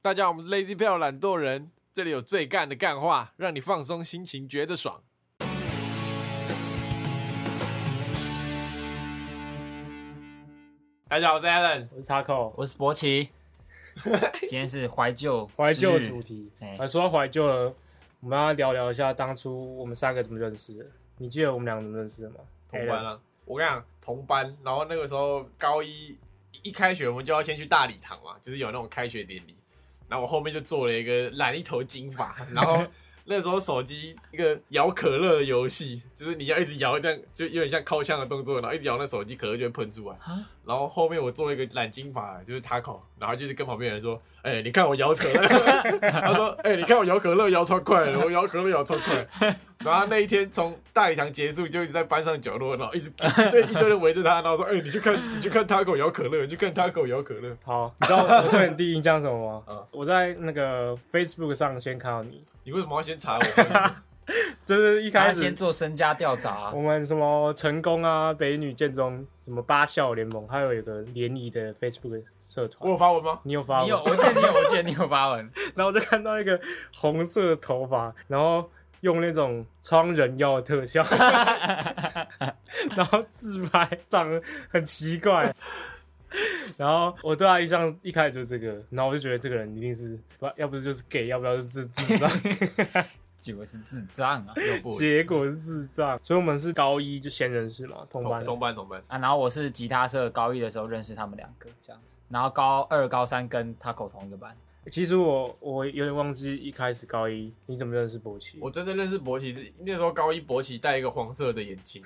大家好，我们是 Lazy 票懒惰人，这里有最干的干话，让你放松心情，觉得爽。大家好，我是 Alan。我是插扣，我是 博奇，今天是怀旧怀旧之日主题。哎啊，说到怀旧呢，我们要聊聊一下当初我们三个怎么认识的。你记得我们两个怎么认识的吗？哎同班啊，我跟你讲，同班。然后那个时候高一一开学，我们就要先去大礼堂嘛，就是有那种开学典礼。然后我后面就做了一个染一头金发， 然后那时候手机一个摇可乐的游戏，就是你要一直摇，这样就有点像靠枪的动作，然后一直摇那手机，可乐就会喷出来。然后后面我做了一个染金发，就是 Taco，然后就是跟旁边人说：“哎、你看我摇可乐。”他说：“哎、你看我摇可乐摇超快的，我摇可乐摇超快。”然后那一天从大礼堂结束，就一直在班上角落，然后一直一堆一堆人围着他，然后说：“哎、你去看，你去看 Taco 摇可乐，你去看 Taco 摇可乐。好，你知道我对你第一印象是什么吗？ 嗯我在那个 Facebook 上先看到你，”你为什么要先查我？就是一他开始先做身家调查啊、我们什么成功啊、北女建中、什么八校联盟，还有一个联谊的 Facebook 社我团有，发文吗？你有发你有，吗？我记得你有，我记得你有发文，然后我就看到一个红色的头发，然后用那种超人妖的特效， 然后自拍长得很奇怪。然后我对他印象一开始就是这个，然后我就觉得这个人一定是不，要不就是 gay，要不要就是智 智障。结果是智障啊！有不结果是智障，所以我们是高一就先认识嘛，同班同。同班同班，啊，然后我是吉他社高一的时候认识他们两个这样子，然后高二、高三跟他口同一个班，其实我我有点忘记一开始高一你怎么认识博奇，我真正认识博奇是那时候高一，博奇戴一个黄色的眼镜，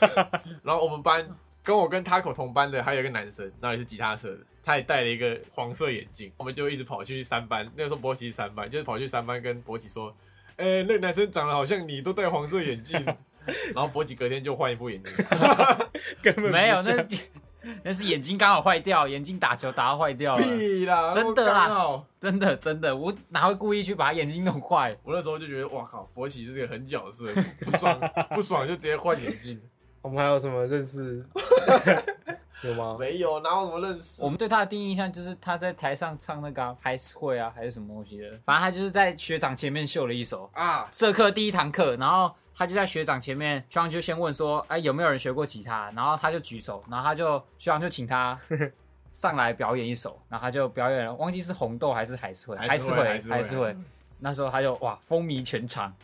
然后我们班跟我跟 Taco 同班的还有一个男生，那也是吉他社的，他也戴了一个黄色眼镜，我们就一直跑去三班，那个时候博奇是三班，就是跑去三班跟博奇说，哎、那个男生长得好像你，都戴黄色眼 镜，然后博奇隔天就换一副眼镜，根本不没有，那像是那是眼睛刚好坏掉，眼睛打球打到 坏掉了，屁啦，真的啦那么刚好真的真的，我哪会故意去把眼睛弄坏？我那时候就觉得，哇靠，博奇是个狠角色，不爽不爽就直接换眼 镜，我们还有什么认识 有吗？没有，哪有什么认识我？们对他的第一印象就是他在台上唱那个啊还是会啊，还是什么东西的，反正他就是在学长前面秀了一首，啊，社课第一堂课，然后他就在学长前面，学长就先问说：“哎，有没有人学过吉他？”然后他就举手，然后他就学长就 请他上来表演一首，然后他就表演了，忘记是红豆还是海是会，还是是会还是会还是会。那时候他就哇风靡全 场，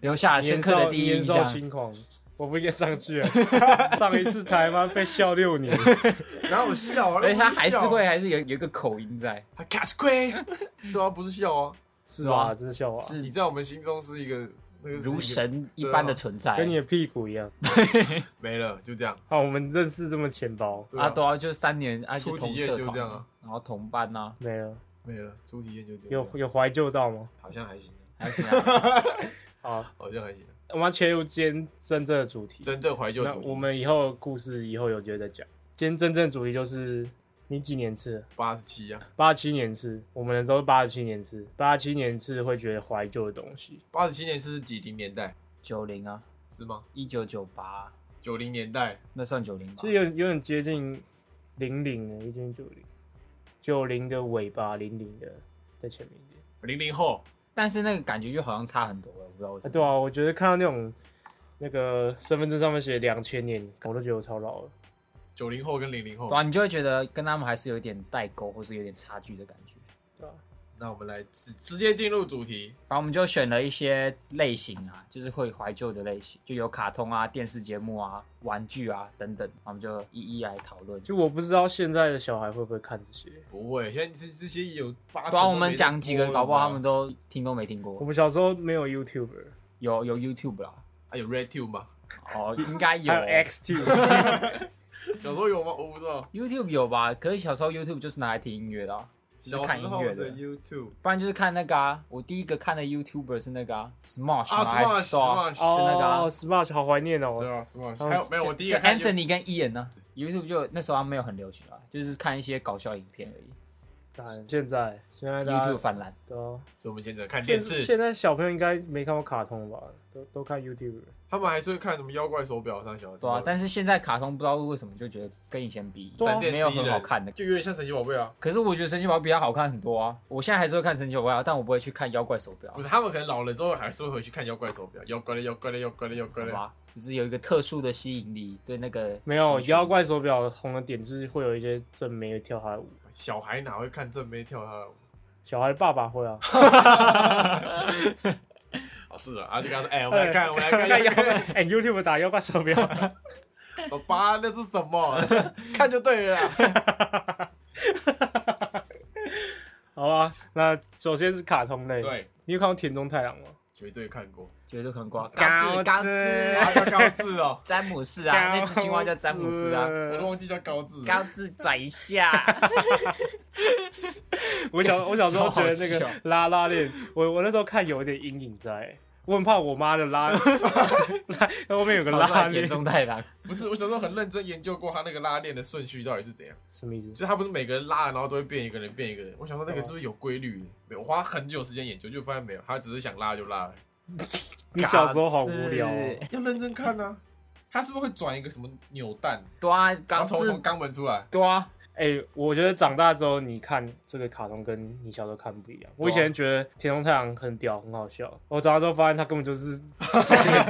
留下了年深刻的少第一年印少象。轻狂，我不应该上去 啊！上一次台湾被笑六年，哪有笑 啊？而且哎他还是那不笑会，还是有有一个口音在，他 c a s q u a 对啊，不是笑啊，是是吧？吗真是笑话，是你在我们心中是一个那个是一个啊如神一般的存在。跟你的屁股一样。没了，就这样。啊，我们认识这么浅薄，对啊，对啊，就三年，啊，初就同体验社就团这样啊，然后同班呐、啊，没了，没了，初体验就这样有。有怀旧到吗？好像还行，啊还是怎样好，好像还行。啊我们要切入今天真正的主题。真正怀旧那主我题，们以后的故事以后有机会再讲。今天真正的主题就是你几年次？八十七啊，八七年次，我们都是八十七年次，八七年次会觉得怀旧的东西。八十七年是几零年代九零啊，是吗？一九九八，九零年代，那算九零吧是。有有点接近零零的，接近九零，九零的尾巴，零零的在前面一点。零零后，但是那个感觉就好像差很多了，我不知道为什啊，么。对啊，我觉得看到那种那个身份证上面写两千年，我都觉得我超老了。九零后跟零零后对。啊，你就会觉得跟他们还是有一点代沟，或是有点差距的感觉。对啊，那我们来直直接进入主题，然后我们就选了一些类型啊，就是会怀旧的类型，就有卡通啊、电视节目啊、玩具啊等等，然后我们就一一来讨论。就我不知道现在的小孩会不会看这些。不会，现在这这些有八。对啊，我们讲几个，搞不好他们都都听都没听我过。们小时候没有 YouTuber，有有 YouTube 啦，还啊有 Red Two 吗？哦，应该 有还有 XTube，小时候有吗？我不知道。 YouTube 有吧？可是小时候 YouTube 就是拿来听音乐的啊、 就是小看时音候乐的的。 YouTube 不然就是看那个啊，我第一个看的 YouTuber 是那个啊，Smash 啊嘛还是对啊，Smash，Smash 就那个啊哦，Smash 好怀念哦。对啊，Smash。他们还有没有？就我第一个就看 YouTube- Anthony 跟 Ian 呢、YouTube 就那时候还没有很流行啊，就是看一些搞笑影片而已。干现在现在大家 YouTube 泛滥，对啊，所以我们现在看电视，现在小朋友应该没看过卡通吧？都都看 YouTube 他们还是会看什么妖怪手表三小，对啊，但是现在卡通不知道为什么就觉得跟以前比对啊没有很好看的。就有点像神奇宝贝啊。可是我觉得神奇宝贝比它好看很多啊！我现在还是会看神奇宝贝啊，但我不会去看妖怪手表不，是，他们可能老了之后还是会回去看妖怪手表，妖怪的妖怪的妖怪的妖怪好的。吧？就是有一个特殊的吸引力，对那个没有族群妖怪手表红的点，就是会有一些正妹会跳他的舞，小孩哪会看正妹跳啊他 的舞？小孩爸爸会啊，哦，是啊，啊就跟他说，哎、我们来看，我们 来看看妖妖怪怪。，哎，YouTube 打妖怪手表，爸爸，那是什 么？看就对了啦。好吧？那首先是卡通类，，对，你有看过田中太郎吗？绝对看过。绝对很瓜，嘎高子吱嘎吱啊啊，叫高智哦，詹姆斯啊，那只青蛙叫詹姆斯 啊，我都忘记叫高智了。高字转一下，我小我小时候觉得那超个好笑拉拉链，我我那时候看有一点阴影在，我很怕我妈的拉，后面有个跑出拉来田链，中太郎，不是，我小时候很认真研究过他那个拉链的顺序到底是怎样，什么意思？就是他不是每个人拉，然后都会变一个人，变一个人。我想说那个是不是有规律的？没有，我花很久时间研究，就发现没有，他只是想拉就拉而已，你小时候好无聊、哦嘎，吱要认真看啊。他是不是会转一个什么扭蛋，对啊，然高后从字从肛门出来？对啊，哎、我觉得长大之后你看这个卡通跟你小时候看不一样。我以啊前觉得田中太郎很屌，很好笑，我长大之后发现他根本就是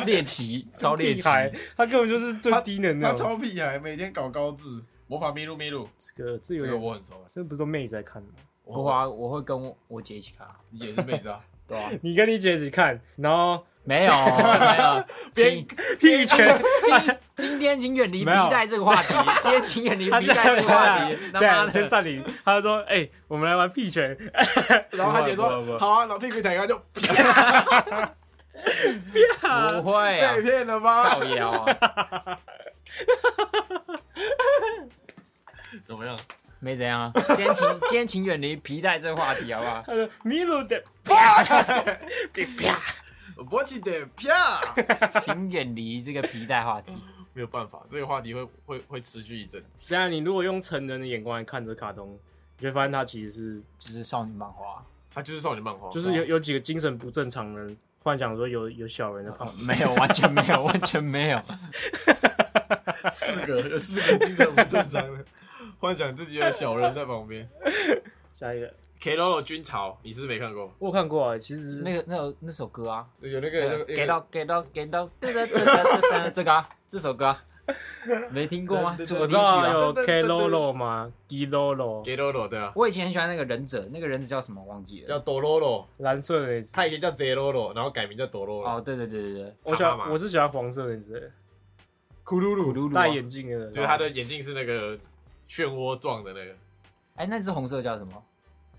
猎奇， 超猎厉奇，害，他根本就是最低能他的。超屁孩，每天搞高智，模仿麋鹿麋鹿，这个这有这个点，我很熟啊，这不是都妹子在看吗？不会啊，我会跟我我姐一起看啊，你也是妹子啊，对啊，你跟你姐一起看，然后 没有没有，边请屁拳，今今天请 远离皮没有带这个话题，今天请远 离他 皮带这个话 题，他妈在的先暂停，他就说：“哎、我们来玩屁 拳，然后他姐不会不说会好啊，老屁股一抬高就不会啊被，骗了吧造？谣啊，怎么样？没怎样啊，今天请今天请远离皮带这个话题好不好？他说：“米鲁的勃起得啪！请远离这个皮带话题。没有办法，这个话题会会会持续一阵子。对啊，你如果用成人的眼光来看这卡通，你就会发现它其实是就是少女漫画，他就是少女漫画，哦就是有啊有几个精神不正常的人幻想说有有小人在旁边。没有，完全没有，完全没有。四个有四个精神不正常的， 幻想自己有小人在旁边。下一个 K Lolo 军曹，你是不是没看过？呃我有看过啊，其实 那个、那首、那首歌啊有那个，Get Out、Get Out、Get Out，噔噔噔噔噔，这个啊， 这首歌啊，没听过吗？对对主对我题知曲道啊啊。有 K Lolo 嘛，D Lolo， K Lolo 对啊，我以前很喜欢那个忍者，那个忍者叫什么忘记了？叫 Dororo，蓝色的那只。他以前叫 Zerolo，然后改名叫 Dororo。哦，对对对对对，我喜蛤蟆欢，嘛我是喜欢黄色的那只，咕噜噜，咕噜噜啊戴。眼镜的。就是他的眼镜是那个漩涡状的那个哎，那只红色叫什么？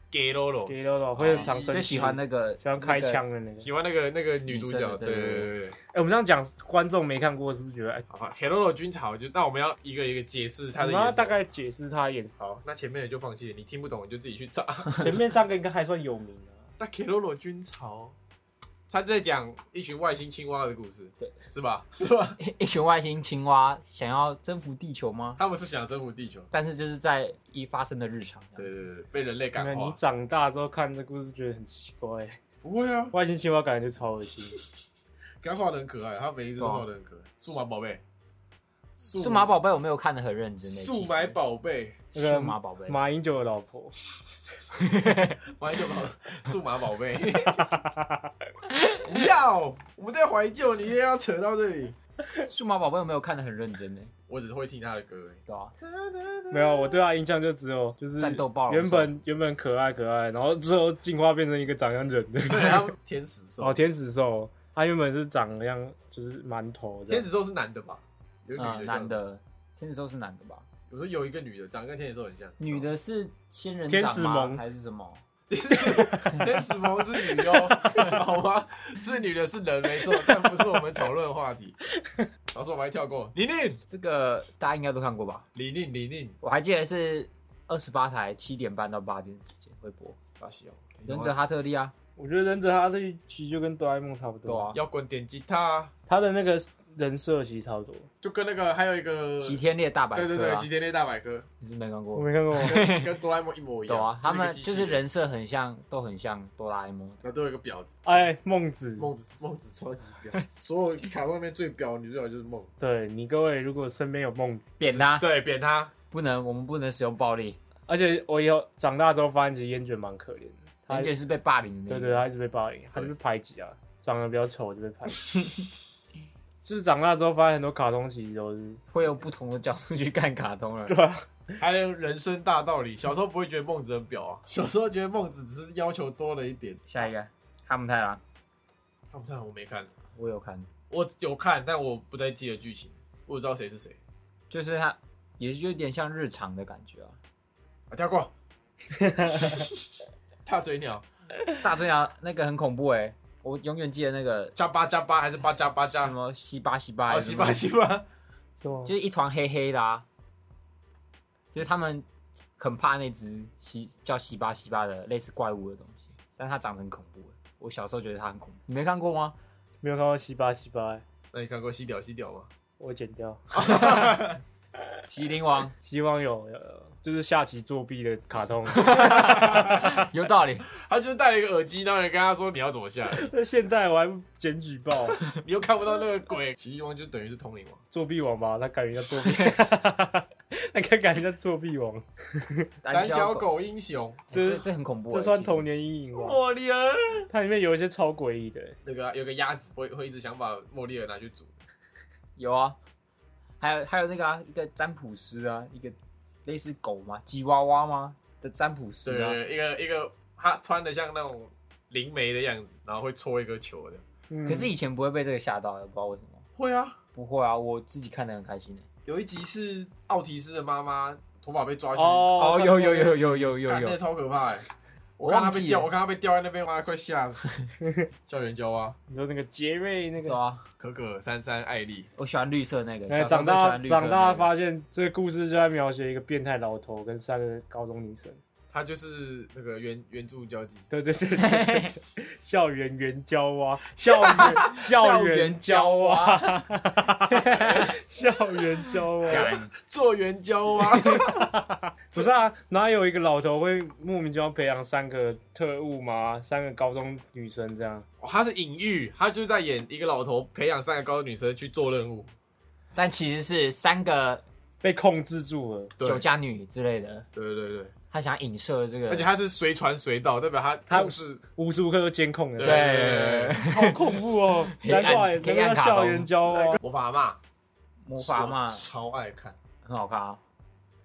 K Lolo。 K Lolo 会很常生气，哦最喜欢那个喜欢开。枪的那个。喜欢那个那个女主女角，生的对对对对对对。哎，我们这样讲，观众没看过是不是觉得哎？好吧，K Lolo 军曹，就那我们要一个一个解释他的我们演要什么。大概解释他的 眼神。好，那前面的就放弃，你听不懂你就自己去查。前面三个应该还算有名啊的、那 k e r o l o 军曹，他在讲一群外星青蛙的故事，对，是吧？ 是吧？那个 一一群外星青蛙想要征服地球吗？他们是想征服地球，但是就是在一发生的日常这对样子，对对，被人类你感看你化。长大之后看这故事，觉得很奇怪、 不会啊，外星青蛙感觉就超恶心。他画的很可爱，他每一只都画的很可爱。数码宝贝，数数码宝贝我没有看的很认真的，数码宝贝，那个数码宝贝，马英九的老婆，怀旧宝，数码宝贝。不要，我们在怀旧，你又要扯到这里。数码宝贝我没有看的很认真的，我只会听他的歌而已。对吧？没有，我对他印象就只有就是战斗暴龙原本原本可爱可爱，然后之后进化变成一个长像人的，对，啊他们天使兽哦，，天使兽，他原本是长得像就是馒头这天样，使兽是男的吧？有女嗯，的，男。的，天使兽是男的吧？我说有一个女的，长得跟天使兽很像。女的是仙人天掌使吗？萌还是什么？ 天使天使萌是女的哦， 好吗？是女的，是人没错，但不是我们讨论的话题。老师，我们还跳过李宁，这个大家应该都看过吧？李宁，李宁，我还记得是二十八台七点半到八点之间会播《巴西哦，忍者哈特利》啊，我觉得忍者他这一集就跟哆啦 A 梦差不多，对啊摇滚点吉他，他的那个人设其实差不多，就跟那个还有一个齐天烈大百科、对啊，对对，齐天烈大百 科你是没看我过？没看过。 跟跟哆啦 A 梦一模一样，有啊，他们一个机器就是人设很像，都很像哆啦 A 梦。然后都有一个婊子，哎，孟子，孟子孟子超级婊，所有卡通里面最婊的女主角就是孟子，对你各位，如果身边有孟子，扁他，对，扁他，不能，我们不能使用暴力，而且我以后长大之后发现，其实烟卷蛮可怜的，他完全是被霸凌的对那对，个。他一直被霸凌，他就被排挤啊，长得比较丑就被排挤。就是长大之后发现很多卡通其实都是会用不同的角度去看卡 通了。对啊，还有人生大道理，小时候不会觉得孟子很 婊啊，小时候觉得孟子只是要求多了一点。下一个，哈姆太郎，看不看？我没看，我有看，我有看，但我不太记得剧情，我知道谁是谁。就是他也是有点像日常的感觉啊。啊，跳 过。大嘴鸟，大嘴鸟那个很恐怖哎、我永远记得那个加巴加巴还是巴加巴什加？么西巴西巴，哦，西巴，西巴。 对啊就是一团黑黑的啊，就是他们很怕那只西叫西巴西巴的类似怪物的东西，但它长得很恐怖欸。我小时候觉得它很恐怖，你没看过吗？没有看过西巴西巴、哎那你看过西屌西屌吗？我剪掉。麒 麟王希望有呃，就是下棋作弊的卡 通，有道理，他就是戴了一个耳机，然后你跟他说你要怎么下 来，那现代我还不检举报你又看不到那个鬼。奇异王就等于是通灵王，作弊王吧？他感觉叫 作弊，那他感觉叫作弊王，胆小，狗英雄。欸这这这很恐怖欸，这算其实童年阴影吧？茉莉儿，它里面有一些超诡异的、那个啊有个鸭子会会一直想把茉莉儿拿去煮，有啊，还有还有那个啊，一个占卜师啊，一个类似狗吗？吉娃娃吗的占卜师啊，对，一个一个他穿的像那种灵媒的样子，然后会搓一个球的。嗯可是以前不会被这个吓到，不知道为什么。会啊，不会啊，我自己看得很开心的。欸有一集是奥提斯的妈妈头发被抓去，哦哦，有有有有有有干那有，超可怕哎、我我看他忘被记吊，我了。看他被吊在那边，我还快吓 死。校园交啊，你说那个杰瑞那对个，啊，可可、珊珊、艾丽，我喜欢绿色那个，哎，小时长候最喜大欢绿色长那大个发现这个故事就在描写一个变态老头跟三个高中女生，她就是那个原原著交际，对对对对对，校园援交啊，校园校园交啊，啊，校园交啊，做援交啊，不是啊，哪有一个老头会莫名其妙培养三个特务吗？三个高中女生这样， 哦她是隐喻，她就是在演一个老头培养三个高中女生去做任务，但其实是三个被控制住了，对酒家女之类的，对对对，她想影射这个，而且她是随传随到，代表她她控制无时无刻都监控的，对对好恐怖哦， 黑难暗怪难黑暗怪叫卡通校园交啊。魔法嘛，魔法嘛我，超爱看，很好看啊，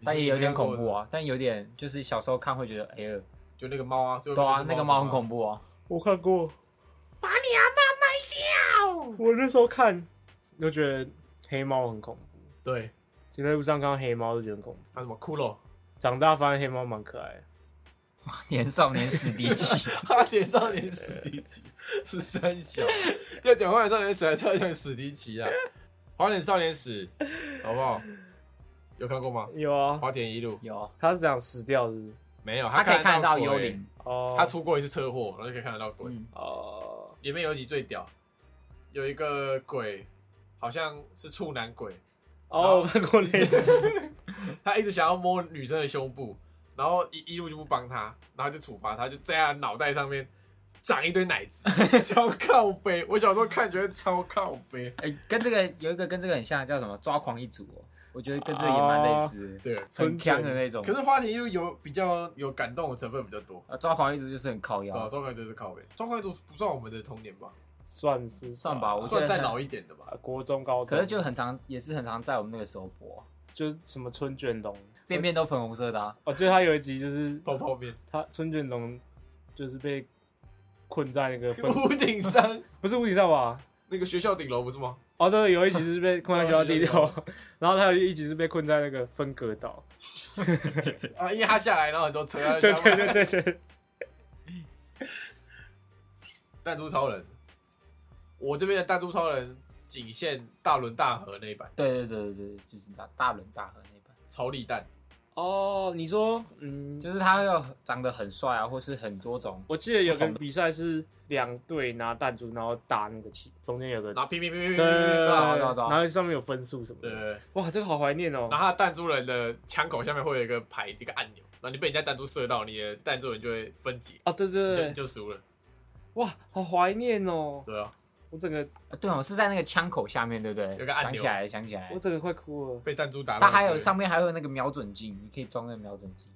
但也有点恐怖，啊，但有点就是小时候看会觉得哎呦，就那个猫啊，对啊，那个猫很怖，恐怖啊，我看过，把你阿妈卖掉。我那时候看，就觉得黑猫很恐怖，对，就在路上看到黑猫就觉得很恐怖。还有什么骷髅，长大发现黑猫蛮可爱的， 年少年史第一 季，八点少年史迪奇是三小，要讲花点少年史还是要讲史迪奇 啊？花点少年史好不好？有看过吗？有啊，花田一路有，它是这样死掉是不是？没有，他可以看得到到鬼幽，灵，哦，他出过一次车祸，然后就可以看得到鬼。嗯，哦，里面有一集最屌，有一个鬼好像是处男鬼，哦，我看过那一集，他一直想要摸女生的胸部，然后一一路就不帮他，然后就处罚他，就在他脑袋上面长一堆奶子，超靠背。我小时候看觉得超靠背，哎，跟这个有一个跟这个很像，叫什么抓狂一族哦，我觉得跟这个也蛮类似的，对。很强的那种啊可。是花田一路有比较有感动的成分比较多，啊，抓狂一族就是很靠对吧？啊腰，周快就是靠背，周快族不算我们的童年吧， 算是算吧，我觉算得再很老一点的吧。啊，国中高中，可是就很常，也是很常在我们那个时候播啊，就是什么春卷龙，便便都粉红色的啊，我记得他有一集就是泡泡面，他春卷龙就是被困在那个分， 屋顶上不是物理上吧？那个学校顶楼不是吗？哦，对，有一哦集是被困在学校 地对我牢，然后他有一集是被困在那个分隔岛。啊，因为他下来，然后很多车啊，对对对对对，弹珠超人，我这边的弹珠超人仅限大轮大河那一版对对对对对，就是大大轮大河那一版，超力弹， 哦，你说，嗯，就是他又长得很帅啊，或是很多种，我记得有个比赛是两队拿弹珠，然后打那个旗，中间有个然后拼拼拼拼拼对拼对对拼对，到啊对啊对对啊然后上面有分数什么对对的。对，哇，这个好怀念哦然。后他的弹珠人的枪口下面会有一个牌一个按钮，然后你被人家弹珠射到，你的弹珠人就会分解，啊，对对你就对你对，就输了。哇，好怀念哦！对啊，我整个呃对哦，是在那个枪口下面，对不对？有个按想钮起来了，想起来我了，整个快哭了，被弹珠打到。它还有上面还有那个瞄准镜，你可以装那个瞄准镜。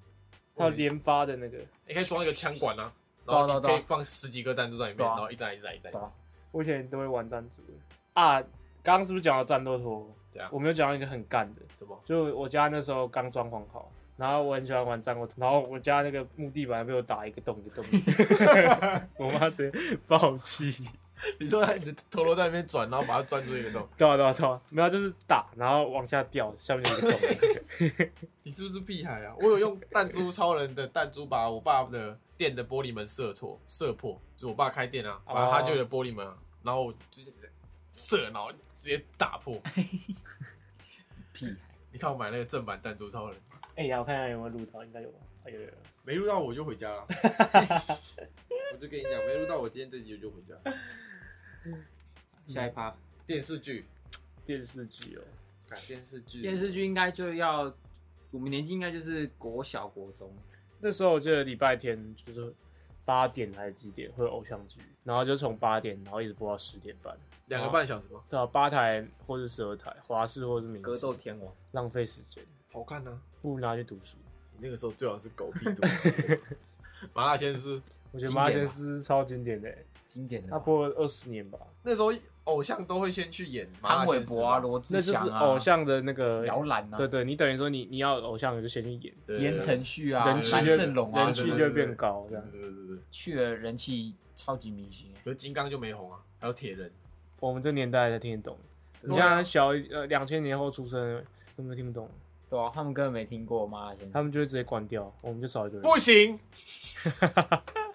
还有连发的那个，你可以装一个枪管啊，对然啊后你对啊可对啊以放十几个弹珠在里面，对啊然后一张一张一张一对张。啊我以前都会玩弹珠的啊。刚刚是不是讲到战斗陀？对啊我没有讲到一个很干的，什么？ 就我家那时候刚装潢好，然后我很喜欢玩战斗陀，然后我家那个木地板被我打一个洞一个洞， 我妈直接暴气。你说你的陀螺在那边转，然后把它钻出一个洞，对啊对啊对啊，没有就是打，然后往下掉，下面有一个洞。你是不是屁孩啊？我有用弹珠超人的弹珠把我爸的店的玻璃门射错、射破，就是我爸开店啊，哦把他就有玻璃门、啊，然后我就是射，然后直接打破。屁孩，你看我买那个正版弹珠超人， 哎呀，我看一下有没有录到，应该有吧？哎有有有。没录到我就回家了。 我就跟你讲，没录到我今天这集我就回家。下一趴电视剧，电视剧哦，看电视剧，电视剧应该就要，我们年纪应该就是国小国中，那时候我记得礼拜天就是八点还是几点会有偶像剧，然后就从八点然后一直播到十点半，两哦个半小时吗？对啊，八台或是十二台，华视或是民视格斗天王。浪费时间，好看啊！不如拿去读书。你那个时候最好是狗屁读。麻辣鲜师我觉得《经典啊麻雀吧是超经典的欸，经典的它嘛，播了二十年吧，那时候偶像都会先去演麻辣潘玮鲜师柏啊，嘛罗那志就祥是啊，偶像的那个摇篮啊，对对，你等于说你你要有偶像，你就先去演，对言承旭啊，人蓝气蓝就正龙啊，对人气对就对会变高这样。对对对对，去了人气超级明星，可是金刚就没红啊，还有铁人，我们这年代才听得懂。对啊你像小呃两千年后出生的，他们都听不懂，对啊，他们根本没听过麻辣鲜他师。们就会直接关掉，我们就少一个人。不行，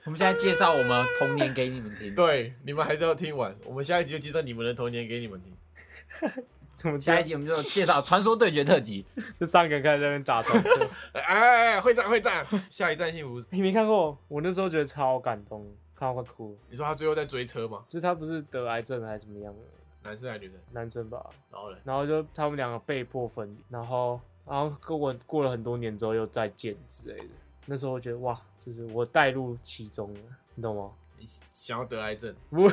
我们现在介绍我们童年给你们听，对，你们还是要听完。我们下一集就介绍你们的童年给你们听。怎么下下一集我们就介绍《传说对决特辑》，就上一个人开始在那边打传说？哎哎，哎会战会战，下一站幸福。 你没看过？我那时候觉得超感动，看到快哭。你说他最后在追车吗？就是他不是得癌症还是怎么样的男生还是女生？男生吧，然后呢？然后就他们两个被迫分离，然后然后跟我过了很多年之后又再见之类的。那时候我觉得哇，就是我带入其中了，你懂吗？你想要得癌症？不，我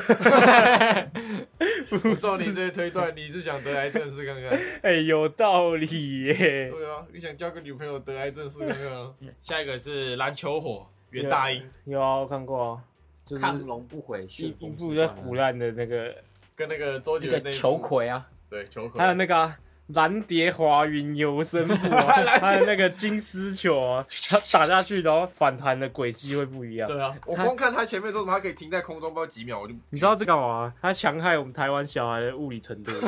照你这些推断，你是想得癌症是看看？ 哎、有道理耶。对啊，你想交个女朋友得癌症是看看啊。下一个是篮球火袁大英有啊，我看过啊，就是亢龙不悔，一旋一风啊部十在八腐烂的那个，跟那个周杰那伦个那一部球，魁啊，对球魁，还有那个、啊。蓝蝶华云游身步啊，还有那个金丝球啊，它打下去然后反弹的轨迹会不一样。对啊，我光看他前面说什么，他可以停在空中不知道几秒，我就你知道这干嘛吗？它强害我们台湾小孩的物理程度，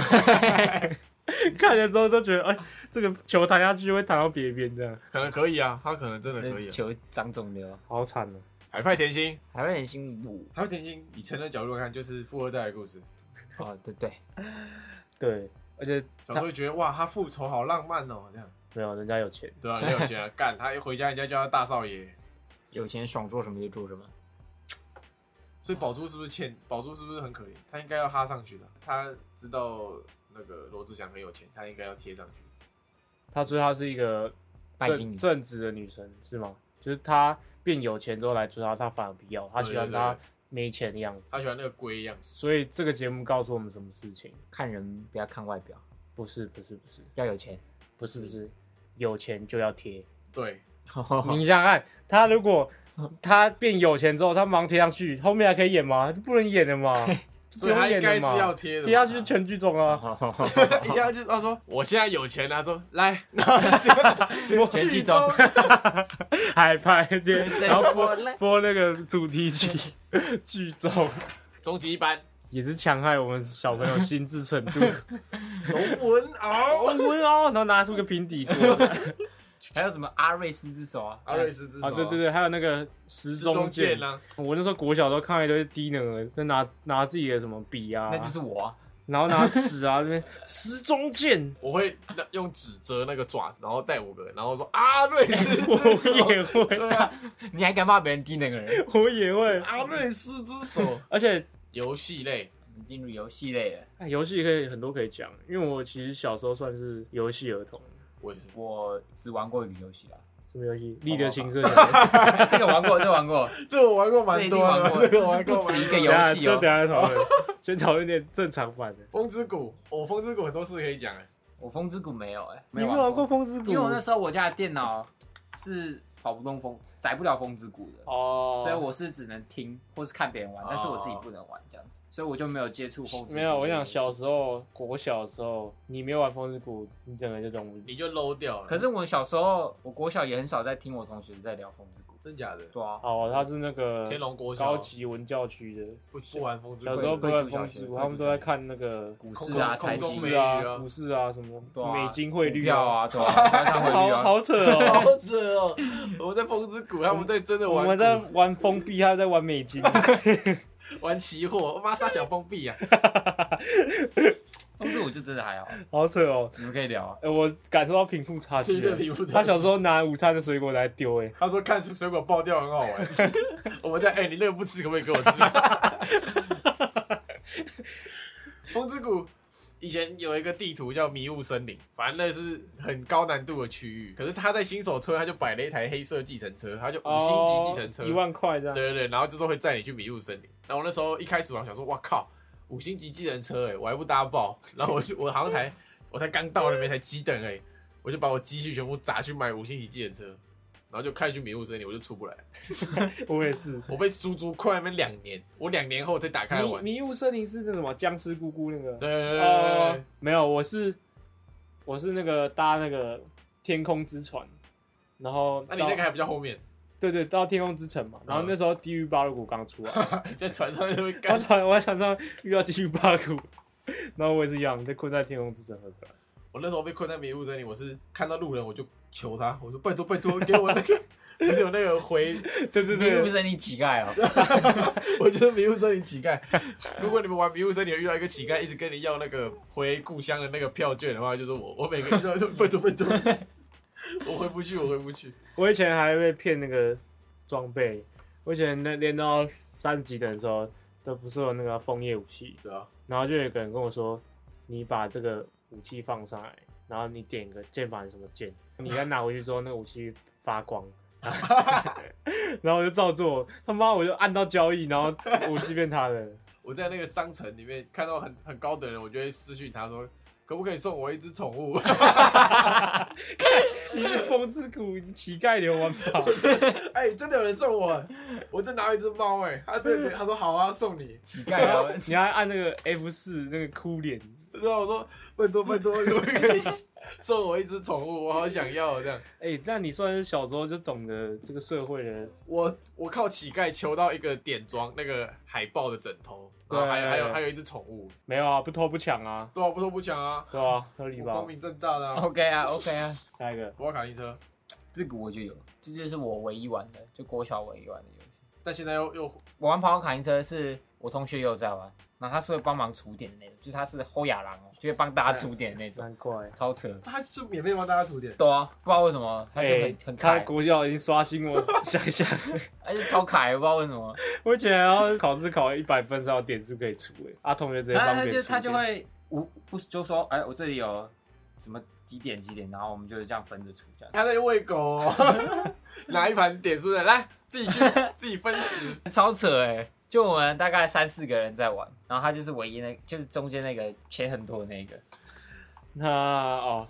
看了之后都觉得，哎、这个球弹下去会弹到别边这样，可能可以啊，他可能真的可以、是啊。球长肿瘤，好惨哦、海派甜心，还会很辛 苦海派甜心，以成人角度来看，就是富二代的故事。哦，对对，对，而且小时候就觉得哇，他复仇好浪漫哦，这样没有人家有钱，对吧、啊？很有钱啊， 干他一回家，人家叫他大少爷。有钱想做什么就做什么，所以宝珠是不是欠宝珠是不是很可怜？他应该要哈上去的。他知道那个罗志祥很有钱，他应该要贴上去。她说她是一个拜金正女，正直的女生是吗？就是她变有钱之后来追她，她反而不要，她喜欢对她对没钱的样子。他喜欢那个龟一样，所以这个节目告诉我们什么事情？看人不要看外表，不是，不是，不是，要有 钱。不是，不是，有钱就要贴。对，哦你想想看，他如果他变有钱之后，他忙贴上去，后面还可以演吗？不能演的嘛， 所以他应该是不用演要了嘛贴的嘛。 贴下去就全剧终啊。一下就他说我现在有钱啊了、他说来，然后我全剧终终。海拍贴，然后播我来播那个主题曲， 剧终终极一班，也是强害我们小朋友心智程 度。龙文哦， 敖，温哦，然后拿出个平底 锅啊，还有什么阿瑞斯之手啊？阿瑞斯之手，对对对，还有那个时时钟钟剑剑。啦、啊，我那时候国小都看到一堆低能儿，就拿拿自己的什么笔啊，那就是我啊，然后拿尺啊这边时钟剑，我会那用纸折那个爪子，然后带我哥，然后说啊，瑞士之 我手，也会，对啊，你还敢骂别人低能儿？我也会，啊，瑞士之手，而且游戏类，我们进入游戏类了。哎游戏可以很多可以讲，因为我其实小时候算是游戏儿童，我也是我只玩过一个游戏啦，什么游戏？立德新 社。等哎这个玩过，这个玩过，对我玩过蛮多的，这一定玩过对我玩过蛮多这的是不止一个一游戏哦下啊这等一下再讨论，先讨论点正常版的。风之谷，我、风之谷很多事可以讲哎、我风之谷没有哎、你没玩过？风之谷？因为我那时候我家的电脑是跑不动风，载不了风之谷的。哦，所以我是只能听或是看别人玩哦，但是我自己不能玩这样子，所以我就没有接触风之谷。没有，我想小，时候国小的时候，你没有玩风之谷，你整个就懂不你就 low 掉了。可是我小时候，我国小也很少在听我同学在聊风之谷。真假的，对啊，哦，他是那个天龙国小高级文教区的，不不玩风之小谷时候不贵玩族风小之学谷，贵他们族都在小学看那个股空市啊、空财中经美市语啊、啊股市啊什么对啊美金汇股率票，啊， 对啊，还要看汇率好啊。好 扯哦。好扯哦！我们在风之谷，他们在真的我玩们在玩封闭，他在玩美金，玩期货，我妈杀小封闭啊！风之谷就真的还好，好扯哦。你们可以聊啊。哎，我感受到贫富差距真的了。屏幕他小时候拿午餐的水果来丢，哎，他说看出水果爆掉很好 玩，我们在哎、你那个不吃可不可以给我吃？ 风之谷以前有一个地图叫迷雾森林，反正那是很高难度的区域。可是他在新手村他就摆了一台黑色计程车，他就五星级计程车，哦一万块这样。对对对，然后就是会载你去迷雾森林。然后我那时候一开始我还想说，哇靠，五星级计程车哎、我还不搭爆。然后我就我好像才我才刚到那边才几等哎、我就把我积蓄全部砸去买五星级计程车，然后就开始去迷雾森林，我就出不来。我也是。我被足足困在那边两年，我两年后才打开来迷玩。迷雾森林是那什么僵尸姑姑那个？对对对对对哦对，没有，我是我是那个搭那个天空之船，然后那到你那个还比较后面，对对到天空之城嘛，然后那时候地狱巴鲁谷刚 出来，在船上就会我干。船我在船上遇到地狱巴鲁谷， 然后我也是一样被困在天空之城喝水。我那时候被困在迷雾森林，我是看到路人我就求他，我说拜托拜托给我那个， 不是有那个回对对你对不，是你乞丐哦， 我觉得迷雾森林乞丐， 如果你们玩迷雾森林遇到一个乞丐一直跟你要那个回故乡的那个票券的话，就是我，我每个遇到都 分多分多，我回不去，我回不去。我以前还被骗那个装备，我以前那练到三级等的时候，都不是有那个枫叶武器，对啊，然后就有一个人跟我说，你把这个武器放上来，然后你点个键盘什么键，你再拿回去之后，那个武器发 光。然后我就照做，他妈我就按到交易，然后武器变他的。我在那个商城里面看到很很高的人，我就会私讯他说，可不可以送我一只宠物？ 你是风之谷你乞丐流玩法，哎、真的有人送我，我正拿了一只猫哎，他这他说好啊，送你。乞丐哦，你还按那个 F 四那个哭脸，然后我说拜托拜托， 可不可以送我一只宠物？我好想要哦这样。哎、那你算是小时候就懂得这个社会的我我靠乞丐求到一个点装那个海豹的枕头，然后还有对还有还有一只宠物，没有啊？不偷不抢啊，对啊，不偷不抢啊，对吧、啊？合理我吧光？明正大的、哦啊。 ，OK 啊，OK 啊，下一个，我要卡丁车，这个我就有，这就是我唯一玩的，就国小唯一玩的游戏。但现在又又我玩跑跑卡丁车是我同学也有在玩，然后他是会帮忙除点的那种，就是他是后亚郎哦，就会帮大家除点的 那种，难怪。超扯。他是免费帮大家涂点，对啊，不知道为什么他就很、哎、很他开，国校已经刷新我 想一下，而且超开，不知道为什么。我以前还要考试考一百分才有点数可以出哎、啊同学直接他帮他别就人出他就会无不就说，哎，我这里有什么几点几点，然后我们就是这样分着出这样。他在喂狗、 哦，拿一盘点数的来自己去自己分食。超扯哎、就我们大概三四个人在玩，然后他就是唯一那，就是中间那个钱很多的那个，那哦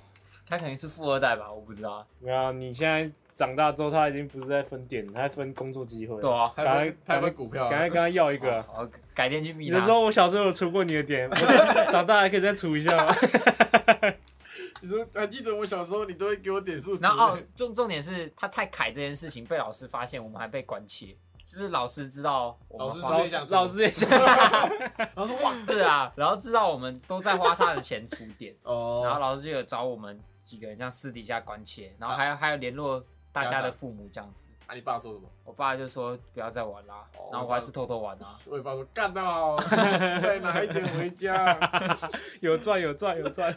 他肯定是富二代吧，我不知道。没有啊，你现在长大之后他已经不是在分点，他在分工作机会。对啊，还赶有快分还有分股票、赶啊快，跟他要一个啊。我改天去密你他就。说我小时候有出过你的点， 我长大还可以再出一下 吗？你说还记得我小时候，你都会给我点数吃。然后哦，重重点是他太凯这件事情被老师发现，我们还被关切，就是老师知道我们老师花说老也想出老师也想，然后说哇 是啊，然后知道我们都在花他的钱出点，然后哦，老师就有找我们几个人这样私底下关切，然后还有还有联络大家的父母这样子，啊，你爸说什么？我爸就说不要再玩啦哦，然后我还是偷偷玩啊。我也爸说干到，啊 再拿一点回家。有赚有赚有赚。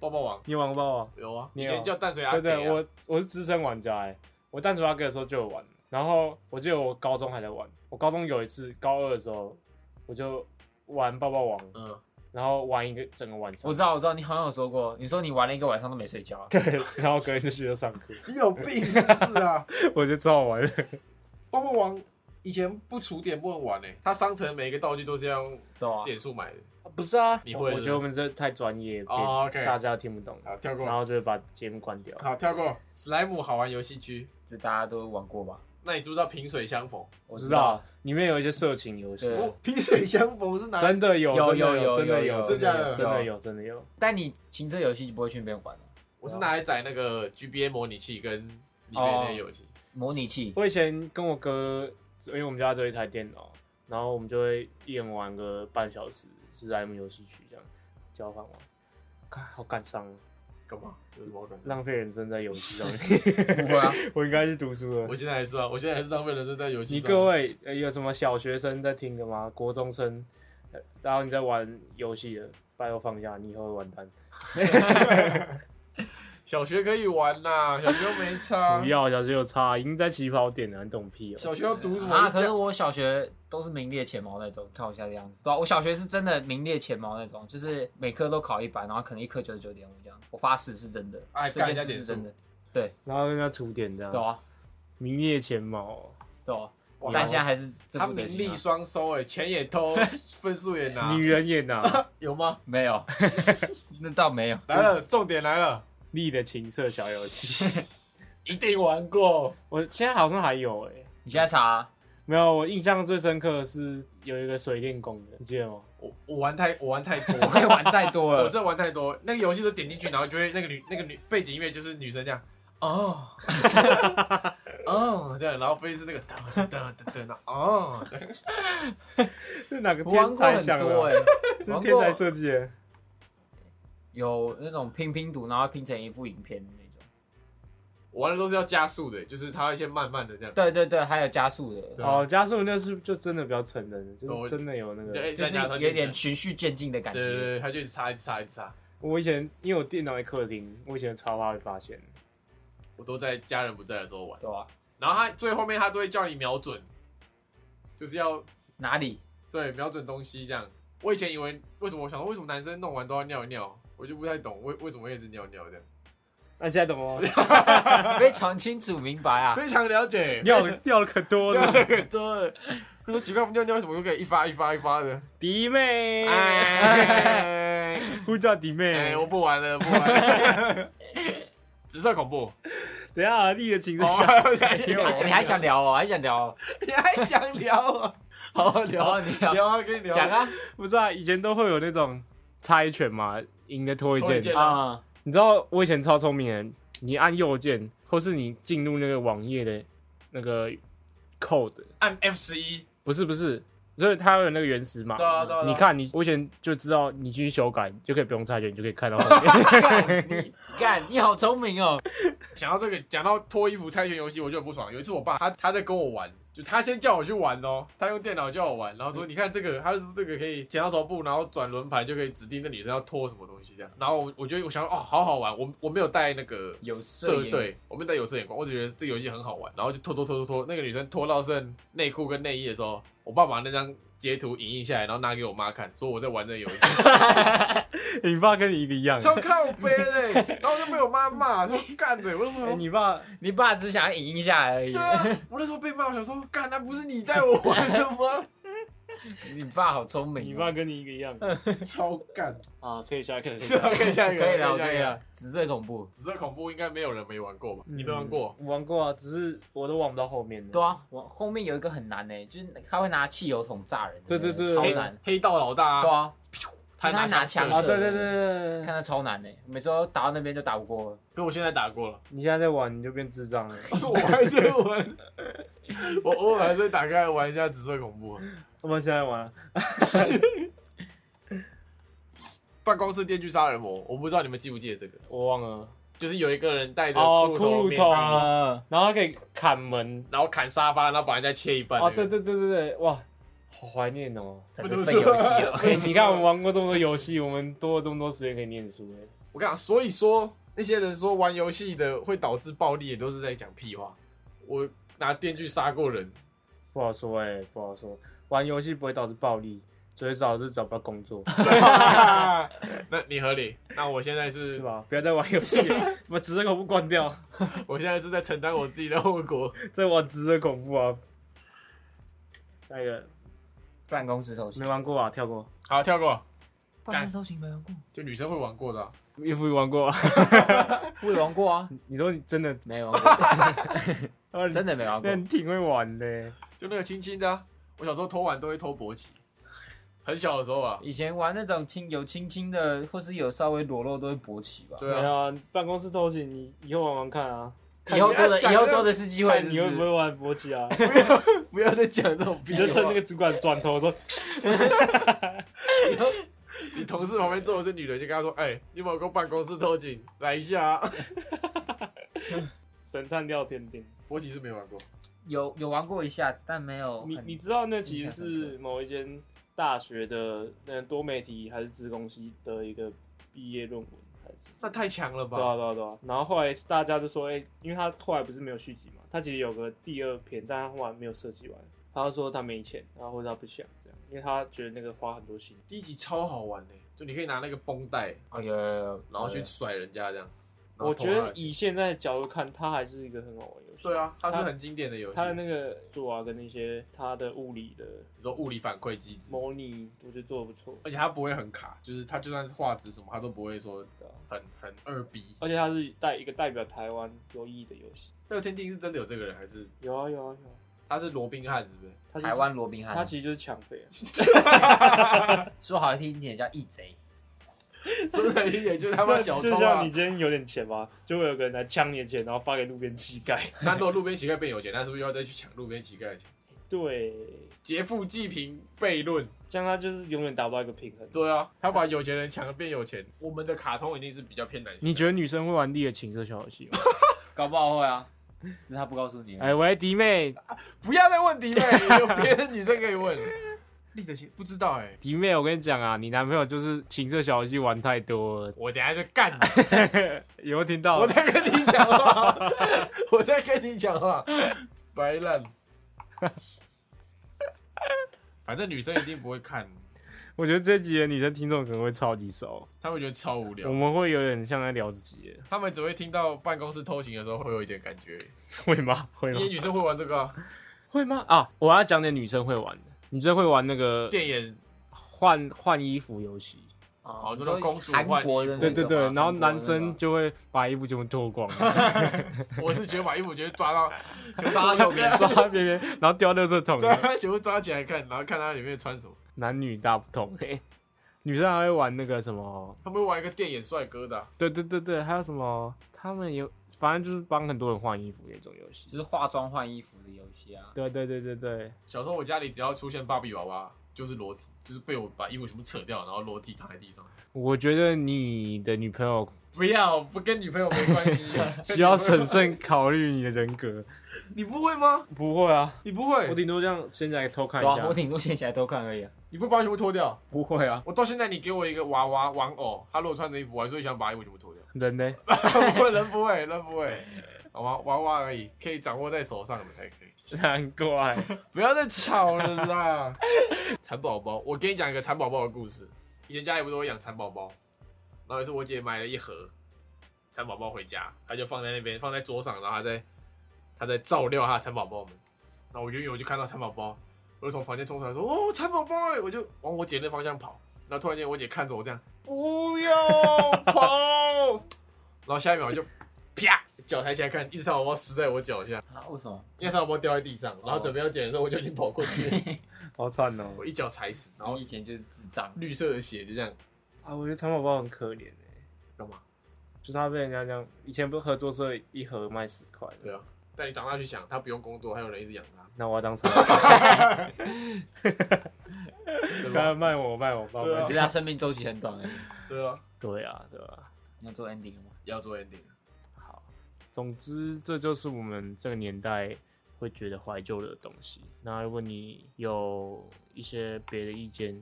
抱抱王 你玩过抱啊？有啊，你以有前叫淡水阿对给啊对，我我是资深玩家哎、我单纯阿哥的时候就有玩，然后我记得我高中还在玩，我高中有一次高二的时候我就玩抱抱王，嗯，然后玩一个整个晚上我，知道，我知道，你好像有说过，你说你玩了一个晚上都没睡觉啊。对， 然后隔天就去了上课，你有病是不是啊？ 我觉得超好玩的。抱抱王以前不储点不能玩呢、他商城每一个道具都是要用对啊，点数买的。不是啊，你会我是不是我觉得我们这太专业了，哦，OK 嗯大家听不懂，好，跳然过，后就把节目关掉。好，跳过。史莱姆好玩游戏区，这大家都玩过吧？那你知不知道萍水相逢？我我知道，里面有一些色情游戏，对哦，萍水相逢是哪？真的有，真有的有真的有哎真的假的真的有，真的有。但你情色游戏就不会去那边玩了，我是拿来载那个 GBA 模拟器跟里面哦那些游戏。模拟 器。我以前跟我哥，因为我们家只有一台电脑，然后我们就会一人玩个半小时史莱姆游戏区这样交换玩，看好感伤哦，干嘛？有什么好感？浪费人生在游戏上不面。会啊，我应该去读书了我。现在还是啊，我现在还是浪费人生在游戏你上。各位、呃有什么小学生在听的吗？国中生，呃然后你在玩游戏的，拜托放下，你以后会完蛋。小学可以玩呐、小学又没差 不。要，小学有差，已经在起跑点了，你懂屁哦、啊小学要读什么？啊，可是我小学都是名列前茅那种，看我现在这样子，对吧、啊我小学是真的名列前茅那种，就是每科都考一百，然后可能一科九十九点五这样。我发誓是真的，哎这干人件家事点是真数的，然后跟他除点这样，对啊，名列前茅。哦对啊。哇但现在还是这他副名德行、利啊，双收哎、钱也 偷，分数也拿，女人也拿有吗？没有，那倒没有。来了，重点来了，力的情色小游 戏，一定玩过。我现在好像还有哎、你现在查啊、没有，我印象最深刻的是有一个水电工的，你记得吗？我我玩太我玩太我可以多，玩太 多我了。真的玩太多。那个游戏都点进去，然后就会那个女那个女背景音乐就是女生这样，哦， 哦这样，然后飞是那个噔噔噔噔噔，哦，是哪个我玩天过才啊很想多 哎、的？这欸是玩过天才啊设计的。有那种拼拼图，然后拼成一部影片的那种。我玩的都是要加速的，就是它会先慢慢的这样，对对对，还有加速的，对哦，加速那是就真的比较成人的，就我是真的有那就个。一直就在是加有点循序渐进的感对对觉。对，他就一直擦一直擦一直擦，我以前因为我电脑在客厅，我以前超怕会发现。我都在家人不在的时候玩。对啊吧、然后他最后面他都会叫你瞄准，就是要哪里？ 对瞄准东西这样。我以前以为为什么我想说为什么男生弄完都要尿一尿，我就不太懂为为什么会一直尿尿这样。那现在懂了吗？非常清楚明 白啊！非常了解， 掉 了掉了可多尿 了，了很多了。我说奇怪，我们尿尿为什么都可以一发一发一发的？弟 妹，哎， 呼叫弟妹哎，我。不玩了，不玩了。 紫色恐怖，等一下，力的情色哦小， 你而且你还想聊哦，还想聊哦，你还想聊啊？好好然聊后啊，你聊聊啊，跟你聊讲啊 不是啊，以前都会有那种猜拳嘛，赢的拖一拖一件件。啊， 你知道我以前超聪明的，你按右键，或是你进入那个网页的那个 code，按 F 十一，不是不是，就是它有那个原始码对。啊对啊。对啊你，看你，我以前就知道你去修改，你就可以不用猜拳，你就可以看到后面。干你干你好聪明哦！讲到这个，讲到脱衣服猜拳游戏，我就很不爽。有一次，我爸他他在跟我玩，就他先叫我去玩哦，他用电脑叫我玩，然后说你看这个，他就是这个可以剪刀手布，然后转轮盘就可以指定那女生要脱什么东西这样。然后我我觉得我想说哦，好好玩，我我没有带那个有色色眼对，我没有带有色眼光，我只觉得这个游戏很好玩，然后就拖拖拖拖拖，那个女生拖到剩内裤跟内衣的时候，我爸把那张截图影印下来，然后拿给我妈看，说我在玩这个游戏。 你爸跟你一个一样，欸超靠背嘞、然后就被我妈骂，说干的，我就哎说你爸你爸只想影一下来而已对， 啊，我那时候被骂，我想说，干，那不是你带我玩的 吗？你爸好聪明哦。你爸跟你一个一样超干。 啊，可以下课，可以 是啊，可以下一个，可以了，下可一以个。了，紫色恐怖。紫色恐怖应该没有人没玩过吧？你没玩过？我玩过啊，只是我都玩不到后面的。对啊，我后面有一个很难呢，就是他会拿汽油桶炸人的那对个，对对超黑难。黑道老大对啊，啊，他他拿枪啊，射对对对对对看，他超难呢，每次都打到那边就打不过了。可我现在打 过了，你现在在玩你就变智障了。我还在玩， 我偶尔还是打开来玩一下紫色恐怖。我们现在玩啊，办公室电锯杀人魔，我不知道你们记不记得这个，我忘了。就是有一个人带着哦骷髅骷髅面头具啊呃，然后他可以砍门。然后砍沙发，然后把人家切一半、那哦，个对对对对对，哇，好怀念哦。真是废游戏了。哎 你看我们玩过这么多游戏，我们多了这么多时间可以念书哎。我跟你讲，所以说那些人说玩游戏的会导致暴力，也都是在讲屁话。我拿电锯杀过 人，不好说哎、不好说。玩游戏不会导致暴力，只会导致找不到工 作，那你合理？那我现在是是，吧？不要再玩游 戏了，把直射恐怖关掉，我现在是在承担我自己的后果。这玩直射恐怖啊。下一个办公室偷情，没玩过啊，跳过，好，跳过，办公室偷情没玩过，就女生会玩过的啊、衣服玩过啊。我也玩过啊， 你说你真的，没玩过，啊 真的没 玩你那过。你挺会玩的、就那个轻轻的啊、我小时候偷玩都会偷勃起，很小的时候啊。以前玩那种轻有轻轻的，或是有稍微裸露都会勃起吧。对啊，啊，办公室偷情，你以后玩玩看啊，以后多看的以你要讲后多的是机会，是你会不不会是？玩勃起 啊？不要再讲这种屁你话。就趁那个主管转头说，你同事旁边坐的是女的，就跟她说：“哎、你有没有跟办公室偷情？来一下、啊。神探廖天丁。”勃起是没玩过，有有玩过一下，但没哦有你很你知道那其印实象深是某一间大学的那多媒体还是资工系的一个毕业论文还是？那太强了吧？对啊对啊对啊。然后后来大家就说，哎、因为他后来不是没有续集嘛，他其实有个第二篇，但他后来没有设计完。他就说他没钱，然后或者他不想这样，因为他觉得那个花很多心。第一集超好玩的、就你可以拿那个绷带，哦有有有有，然后去甩人家这样。然后我觉得捅他以现在的角度看，它还是一个很好玩的游戏。对啊，它是很经典的游戏它。的那个做啊跟那些它的物理的你说物理反馈机制，模拟，我觉得做的不错。而且它不会很卡，就是它就算是画质什么，它都不会说对啊很很二逼。而且它是代一个代表台湾有意义的游戏。乐天定是真的有这个人，还是有啊有啊有啊，他是罗宾汉是不是？它就是台，湾罗宾它汉，其实就是抢匪、啊。说好听一点叫义贼，说难听点 就是他妈小就偷啊像你！今天有点钱吧，就会有个人来抢你的钱，然后发给路边乞 丐。那如果路边乞丐变有钱，那是不是又要再去抢路边乞丐的钱？对，劫富济贫悖论，这样他就是永远达不到一个平衡。对啊，他把有钱人抢的变有钱。我们的卡通一定是比较偏男性。觉得女生会玩猎情这小游戏 吗？搞不好会啊，只是他不告诉你而已。哎喂，弟妹，不要再问迪 妹，有别的女生可以问。立德心不知道哎、弟妹，我跟你讲啊，你男朋友就是情色小游戏玩太多了，我等一下就干 你！有没有听到我在跟你讲话，我在跟你讲话，白烂。 反正女生一定不会看，我觉得这集的女生听众可能会超级少，她们觉得超无聊我，们会有点像在聊自己，她们只会听到办公室偷情的时候会有一点感觉。 会吗？会因吗为？女生会玩这个啊、会吗？啊，我要讲点女生会玩的，女生会玩那个电影，换换衣服游戏。哦哦这种公主韩换衣国服的那对个对嘛对，然后韩国的男那生个就会把衣服全部脱光， 我是觉得把衣服觉得抓 到，全部抓右边抓边边，然后丢到垃圾桶里对，啊，全部抓起来看，然后看她里面穿什么。男女大不同。嘿女生还会玩那个什么，他们会玩一个电眼帅哥的啊、对对对对，还有什么，他们有，反正就是帮很多人换衣服那种游戏。就是化妆换衣服的游戏啊。对对对对对，小时候我家里只要出现芭比娃娃，就是裸体，就是被我把衣服全部扯掉，然后裸体躺在地上。我觉得你的女朋友不要，不跟女朋友没关系。啊需要审慎考虑你的人格。 你不会吗？不会啊，你不会我？顶多这样先来偷看一对啊，下。我顶多掀起来都看而已啊。你不会把全部脱掉？不会啊，我到现在，你给我一个娃娃玩偶，他如果穿着衣服，我还是会想把衣服全部脱掉。 人呢？不会，人不会，人不会，好吗？娃娃而已，可以掌握在手上的才可以。 难怪。不要再吵了啦！ 蚕宝宝，我跟你讲一个蚕宝宝的故事。以前家里不都会养蚕宝宝，然后有一次我姐买了一盒蚕宝宝回家，她就放在那边，放在桌上，然后她在她在照料她的蚕宝宝们。然后我远远我就看到蚕宝宝，我就从房间冲出来说：“哦，蚕宝宝欸！”我就往我姐那方向跑。然后突然间我姐看着我这 样，不要跑！然后下一秒我就啪脚抬起来看，一只蚕宝宝死在我脚下。啊为什么？因为他包掉在地上，然后准备要捡的时候，我就已经跑过去了， 好惨哦！我一脚踩死，然然后后以前就是 智障，绿色的血就这样啊，我觉得蚕宝宝很可怜哎、干嘛？就是他被人家这样，以前不是合作社一盒卖十块的，对啊，但你长大去想，他不用工作，还有人一直养他，那我要当厂 长，对他吧？啊卖我卖我爸对爸啊只。是他生命周期很短而已。对啊，对啊对啊，你要做 ending 了吗？要做 ending，总之，这就是我们这个年代会觉得怀旧的东西。那如果你有一些别的意见，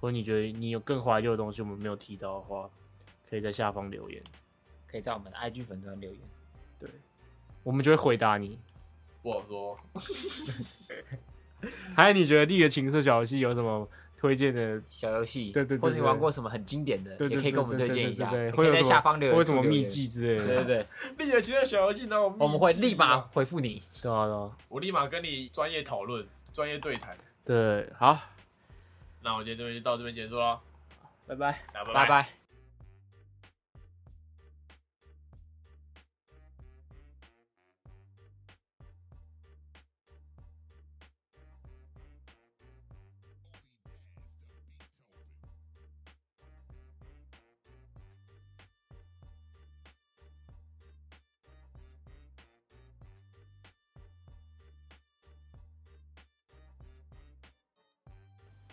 或者你觉得你有更怀旧的东西我们没有提到的话，可以在下方留言，可以在我们的 IG 粉专留言。对，我们就会回答你。不好说。还有，你觉得历的情色小游戏有什么推荐的？小游戏，对对对或者你对玩过什么很经典的，对对也可以跟我们对推对荐一对下，对对也会可以有在什么下方留言会有处什么留 秘言技之类对的？对对，立野奇的小游戏，那我我们会密集立马啊，回复你。对啊，对啊，我立马跟你专业讨论、专业对谈。对，好，那我今天这边就到这边结束了，拜拜。大家拜。拜。